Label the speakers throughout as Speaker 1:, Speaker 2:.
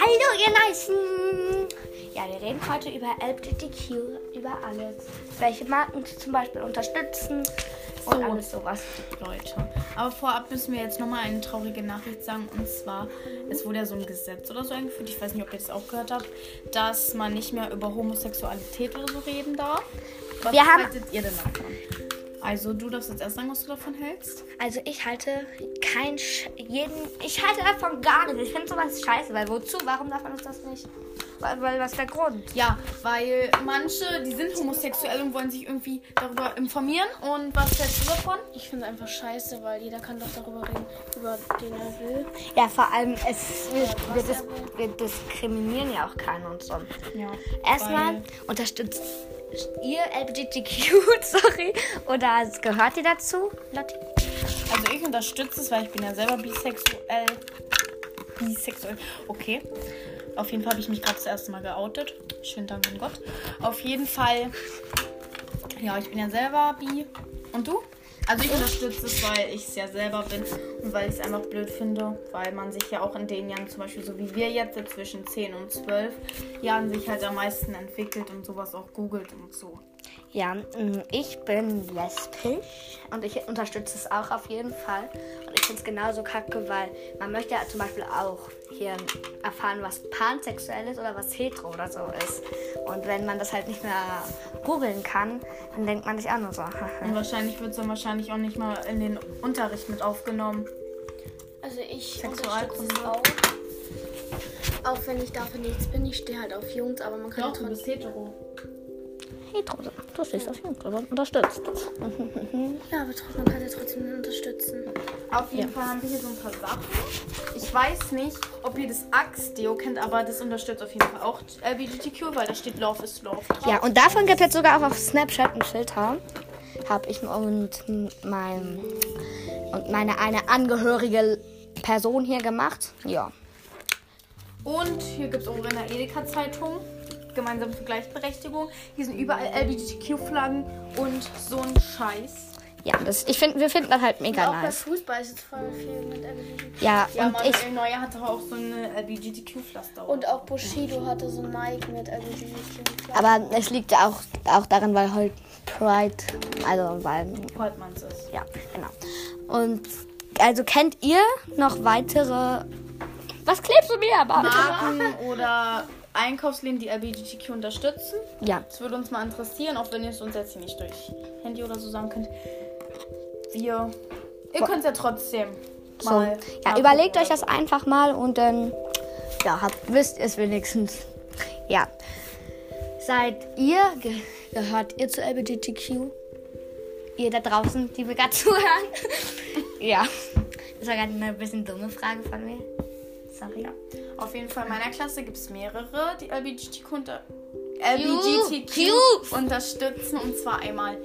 Speaker 1: Hallo, ihr Nicen! Ja, wir reden heute über LGBTQ, über alles. Welche Marken sie zum Beispiel unterstützen und
Speaker 2: So.
Speaker 1: alles sowas.
Speaker 2: Leute. Aber vorab müssen wir jetzt nochmal eine traurige Nachricht sagen. Und zwar, es wurde ja so ein Gesetz oder so eingeführt, ich weiß nicht, ob ihr das auch gehört habt, dass man nicht mehr über Homosexualität oder so reden darf. Was
Speaker 1: Wir haben-
Speaker 2: haltet ihr denn davon? Also, du darfst jetzt erst sagen, was du davon hältst.
Speaker 1: Also ich halte kein Sch jeden. Ich halte davon gar nichts. Ich finde sowas scheiße, weil wozu? Warum darf man uns das nicht? Weil, weil was ist der Grund?
Speaker 2: Ja, weil manche, die sind homosexuell und wollen sich irgendwie darüber informieren. Und was hältst du davon?
Speaker 3: Ich finde es einfach scheiße, weil jeder kann doch darüber reden, über den er will.
Speaker 1: Ja, vor allem es wir, dis wir diskriminieren ja auch keinen und sonst.
Speaker 2: Ja.
Speaker 1: Erstmal
Speaker 2: Weil-
Speaker 1: unterstützt ihr LGBTQ, sorry. Oder es gehört ihr dazu, Lotti?
Speaker 2: Also ich unterstütze es, weil ich bin ja selber bisexuell. Bisexuell. Okay. Auf jeden Fall habe ich mich gerade das erste Mal geoutet. Schönen Dank an Gott. Auf jeden Fall. Ja, ich bin ja selber bi. Und du? Also ich unterstütze es, weil ich es ja selber bin und weil ich es einfach blöd finde, weil man sich ja auch in den Jahren, zum Beispiel so wie wir jetzt, zwischen 10 und 12 Jahren sich halt am meisten entwickelt und sowas auch googelt und so.
Speaker 1: Ja, mm, ich bin lesbisch und ich unterstütze es auch auf jeden Fall. Und ich finde es genauso kacke, weil man möchte ja zum Beispiel auch hier erfahren, was pansexuell ist oder was hetero oder so ist. Und wenn man das halt nicht mehr googeln kann, dann denkt man sich auch nur so.
Speaker 2: Und wahrscheinlich wird es dann wahrscheinlich auch nicht mal in den Unterricht mit aufgenommen.
Speaker 3: Also ich unterstütze es
Speaker 2: Sexualkunde.
Speaker 3: auch. Auch wenn ich dafür nichts bin, ich stehe halt auf Jungs, aber man kann ja
Speaker 2: Doch, du
Speaker 3: trotzdem.
Speaker 2: bist hetero.
Speaker 1: hetero, das ist das Jungs, aber unterstützt.
Speaker 3: Ja, aber trotzdem, man kann ja trotzdem unterstützen.
Speaker 2: Auf jeden Fall haben wir hier so ein paar Sachen. Ich weiß nicht, ob ihr das Axe-Deo kennt, aber das unterstützt auf jeden Fall auch LGBTQ, weil da steht Love is Love.
Speaker 1: Ja, und davon gibt es jetzt sogar auch auf Snapchat einen Filter. Hab ich und, mein, und meine eine angehörige Person hier gemacht. Ja.
Speaker 2: Und hier gibt es auch in der Edeka-Zeitung gemeinsam für Gleichberechtigung. Hier sind überall LGBTQ-Flaggen und so ein Scheiß.
Speaker 1: Ja, das, ich find, wir finden das halt mega
Speaker 3: auch bei
Speaker 1: nice.
Speaker 3: Fußball ist es voll viel mit LGBT.
Speaker 1: Ja,
Speaker 2: Ja,
Speaker 1: und ich,
Speaker 2: Manuel Neuer hatte auch so eine LGBTQ-Pflaster.
Speaker 3: Und auch Bushido hatte so ein Nike mit LGBT.
Speaker 1: aber es liegt ja auch, auch daran, weil halt Pride, also weil,
Speaker 2: freut man es.
Speaker 1: ja, genau. Und also kennt ihr noch weitere, was klebst du mir aber?
Speaker 2: Marken oder Einkaufsläden, die LGBTQ unterstützen.
Speaker 1: Ja,
Speaker 2: Es würde uns mal interessieren, auch wenn ihr es uns jetzt hier nicht durch Handy oder so sagen könnt. Wir. Ihr könnt es ja trotzdem.
Speaker 1: so.
Speaker 2: mal
Speaker 1: Ja,
Speaker 2: nachgucken
Speaker 1: überlegt
Speaker 2: oder
Speaker 1: euch das einfach mal und dann, ja, habt, wisst ihr es wenigstens. Ja. Seid ihr, ge gehört ihr zu LGBTQ? Ihr da draußen, die mir gerade zuhören? ja. Das war gerade eine bisschen dumme Frage von mir. Sorry.
Speaker 2: so. Auf jeden Fall in meiner Klasse gibt es mehrere, die LGBTQ, unter
Speaker 1: Q.
Speaker 2: LGBTQ unterstützen. Und zwar einmal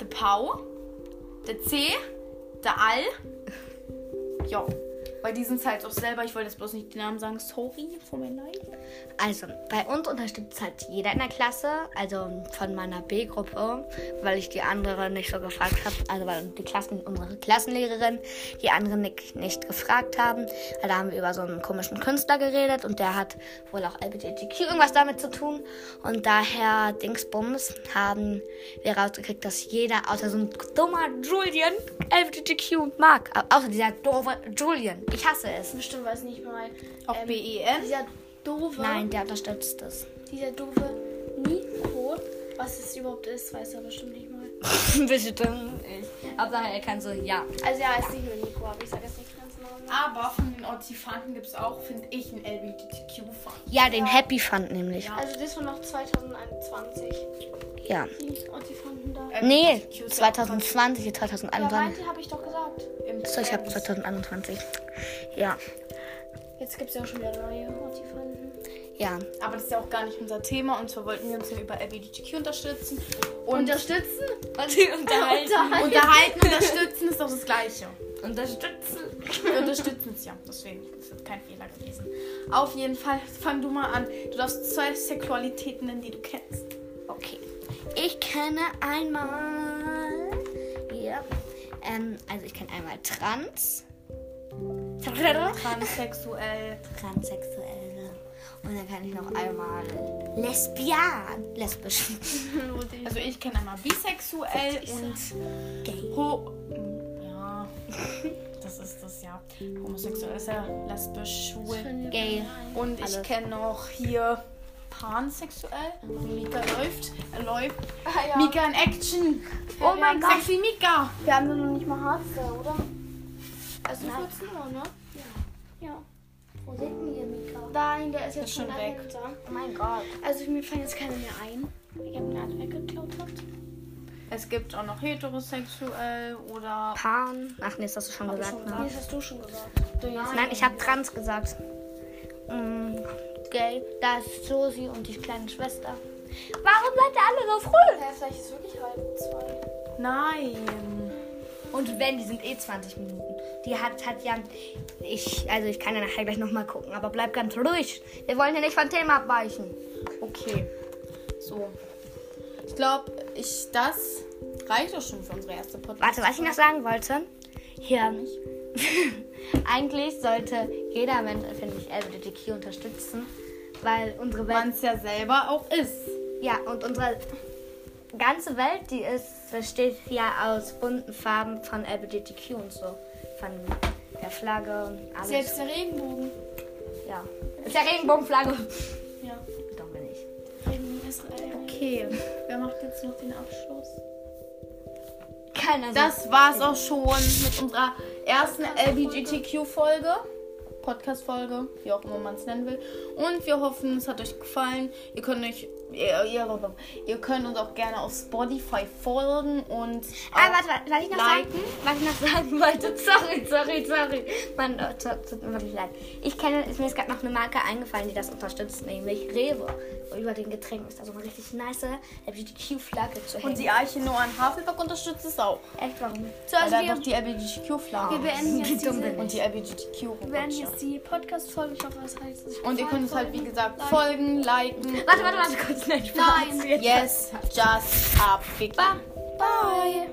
Speaker 2: The Pau, The C, The All. Ja. Bei diesen es halt auch selber, ich wollte jetzt bloß nicht den Namen sagen, sorry for my life.
Speaker 1: Also, bei uns unterstützt halt jeder in der Klasse, also von meiner B-Gruppe, weil ich die andere nicht so gefragt habe, also weil die Klassen, unsere Klassenlehrerin die anderen nicht, nicht gefragt haben. Weil Da haben wir über so einen komischen Künstler geredet und der hat wohl auch LGBTQ irgendwas damit zu tun. Und daher, Dingsbums, haben wir rausgekriegt, dass jeder, außer so ein dummer Julian, LGBTQ mag. Au- Außer dieser doofe Julian. Ich hasse es.
Speaker 3: Bestimmt weiß nicht mal.
Speaker 2: Auch E
Speaker 3: Ähm,
Speaker 2: BEN.
Speaker 3: Dieser doofe,
Speaker 1: Nein, der unterstützt es.
Speaker 3: dieser doofe Nico, was es überhaupt ist, weiß er bestimmt nicht mal.
Speaker 1: Bestimmt nicht. Hauptsache, er kann so, ja.
Speaker 3: Also ja, er ist nicht nur Nico, aber ich sage jetzt nicht ganz genau.
Speaker 2: Aber von den Otifanten gibt es auch, finde ich, einen LGBTQ-Fan.
Speaker 1: Ja, den Happy Fund nämlich. Ja.
Speaker 3: Also das war noch 2021. Die- Und die fanden da.
Speaker 1: Nee, 2020,
Speaker 3: Ja,
Speaker 1: 2021.
Speaker 3: Weinte habe ich doch gesagt.
Speaker 1: So, ich habe 2021. Ja.
Speaker 3: Jetzt gibt es ja auch schon wieder neue Motivanten.
Speaker 1: Ja.
Speaker 2: Aber das ist ja auch gar nicht unser Thema. Und zwar wollten wir uns ja über LGBTQ unterstützen. Und unterstützen? Unterhalten. Unterhalten, unterstützen ist doch das Gleiche.
Speaker 1: Unterstützen.
Speaker 2: Wir unterstützen es ja. Deswegen ist es kein Fehler gewesen. Auf jeden Fall, fang du mal an. Du darfst zwei Sexualitäten nennen, die du kennst.
Speaker 1: Okay. Ich kenne einmal. Ja. Ähm, also, ich kenne einmal Trans. Sag wieder drauf.
Speaker 2: Transsexuell.
Speaker 1: Transsexuelle. Und dann kann ich noch einmal Lesbian. Lesbisch.
Speaker 2: Also ich kenne einmal bisexuell und
Speaker 1: Gay.
Speaker 2: ho... Ja. Das ist das, ja. Homosexuell ist ja lesbisch, schwul.
Speaker 1: Gay.
Speaker 2: Und ich
Speaker 1: Alles.
Speaker 2: kenne noch hier pansexuell. Mika läuft. Äh, läuft.
Speaker 3: Ah, ja.
Speaker 2: Mika in Action.
Speaker 3: Oh mein Gott.
Speaker 2: Sexy Mika.
Speaker 3: Wir haben doch noch nicht mal Hardstyle, oder? Also 14 Uhr, ne? Ja. Ja.
Speaker 1: Wo sind wir, Mika?
Speaker 3: Nein, der ist jetzt
Speaker 2: Ist
Speaker 3: schon
Speaker 2: schon weg.
Speaker 3: dahinter.
Speaker 1: Oh mein Gott.
Speaker 3: Also mir fallen jetzt keine mehr ein. Ich habe mir alle weggeklaut.
Speaker 2: Es gibt auch noch heterosexuell oder...
Speaker 1: Pan. Ach nee, das hast du schon gesagt. ne?
Speaker 3: Nee, das hast du schon gesagt.
Speaker 1: Nein, ich habe trans gesagt. Mm, gay. Da ist Josie und die kleine Schwester. Warum seid ihr alle so früh?
Speaker 3: Ja, vielleicht ist wirklich halb zwei.
Speaker 2: Nein.
Speaker 1: Und wenn, die sind eh 20 Minuten. Die hat, hat ja. Ich, also ich kann ja nachher gleich nochmal gucken, aber bleib ganz ruhig. Wir wollen ja nicht vom Thema abweichen.
Speaker 2: Okay. So. Ich glaube, ich das reicht doch schon für unsere erste Podcast.
Speaker 1: Warte, was ich noch sagen wollte. Hier. Eigentlich sollte jeder Mensch, finde ich, LGBTQ unterstützen, weil unsere Welt.
Speaker 2: Man es ja selber auch ist.
Speaker 1: Ja, und unsere ganze Welt, die ist, besteht ja aus bunten Farben von LGBTQ und so. Von der Flagge und alles.
Speaker 3: Selbst der Regenbogen.
Speaker 1: ja. Ist ja Regenbogenflagge.
Speaker 3: Ja.
Speaker 1: Doch bin ich.
Speaker 3: Regenbogen Israel.
Speaker 2: Okay.
Speaker 3: Wer macht jetzt noch den Abschluss?
Speaker 1: Keiner
Speaker 2: Das war's auch schon mit unserer ersten LBGTQ-Folge. Podcast-Folge, wie auch immer man es nennen will. Und wir hoffen, es hat euch gefallen. Ihr könnt euch. Ihr, ihr, ihr könnt uns auch gerne auf Spotify folgen und.
Speaker 1: Ah,
Speaker 3: Äh,
Speaker 2: auch-
Speaker 1: warte, warte, was ich noch
Speaker 2: Liken.
Speaker 1: sagen, was ich noch sagen wollte. Sorry, sorry, sorry. Mann, oh, tut, tut mir wirklich leid. Ich kenne, ist mir jetzt gerade noch eine Marke eingefallen, die das unterstützt, nämlich Rewe. Und über den Getränken ist da so eine richtig nice LGBTQ-Flagge zu hängen.
Speaker 2: Und die Arche Noah in Havelberg unterstützt es auch.
Speaker 1: Echt, warum?
Speaker 3: So,
Speaker 2: Weil
Speaker 3: also
Speaker 2: da doch die
Speaker 3: wir,
Speaker 2: LBGTQ-Flagge
Speaker 3: wir
Speaker 2: ist.
Speaker 3: beenden jetzt
Speaker 1: dumm
Speaker 3: diese,
Speaker 1: bin
Speaker 2: Und die
Speaker 3: wir beenden
Speaker 2: LBGTQ-Rutsche.
Speaker 3: jetzt die Podcast-Folge. Ich hoffe, das heißt es.
Speaker 2: Und ihr könnt uns halt, wie gesagt, folgen, liken.
Speaker 1: Warte, warte, warte, kurz, nein, Spaß.
Speaker 3: Nein.
Speaker 2: Yes, just abgegeben.
Speaker 3: Bye.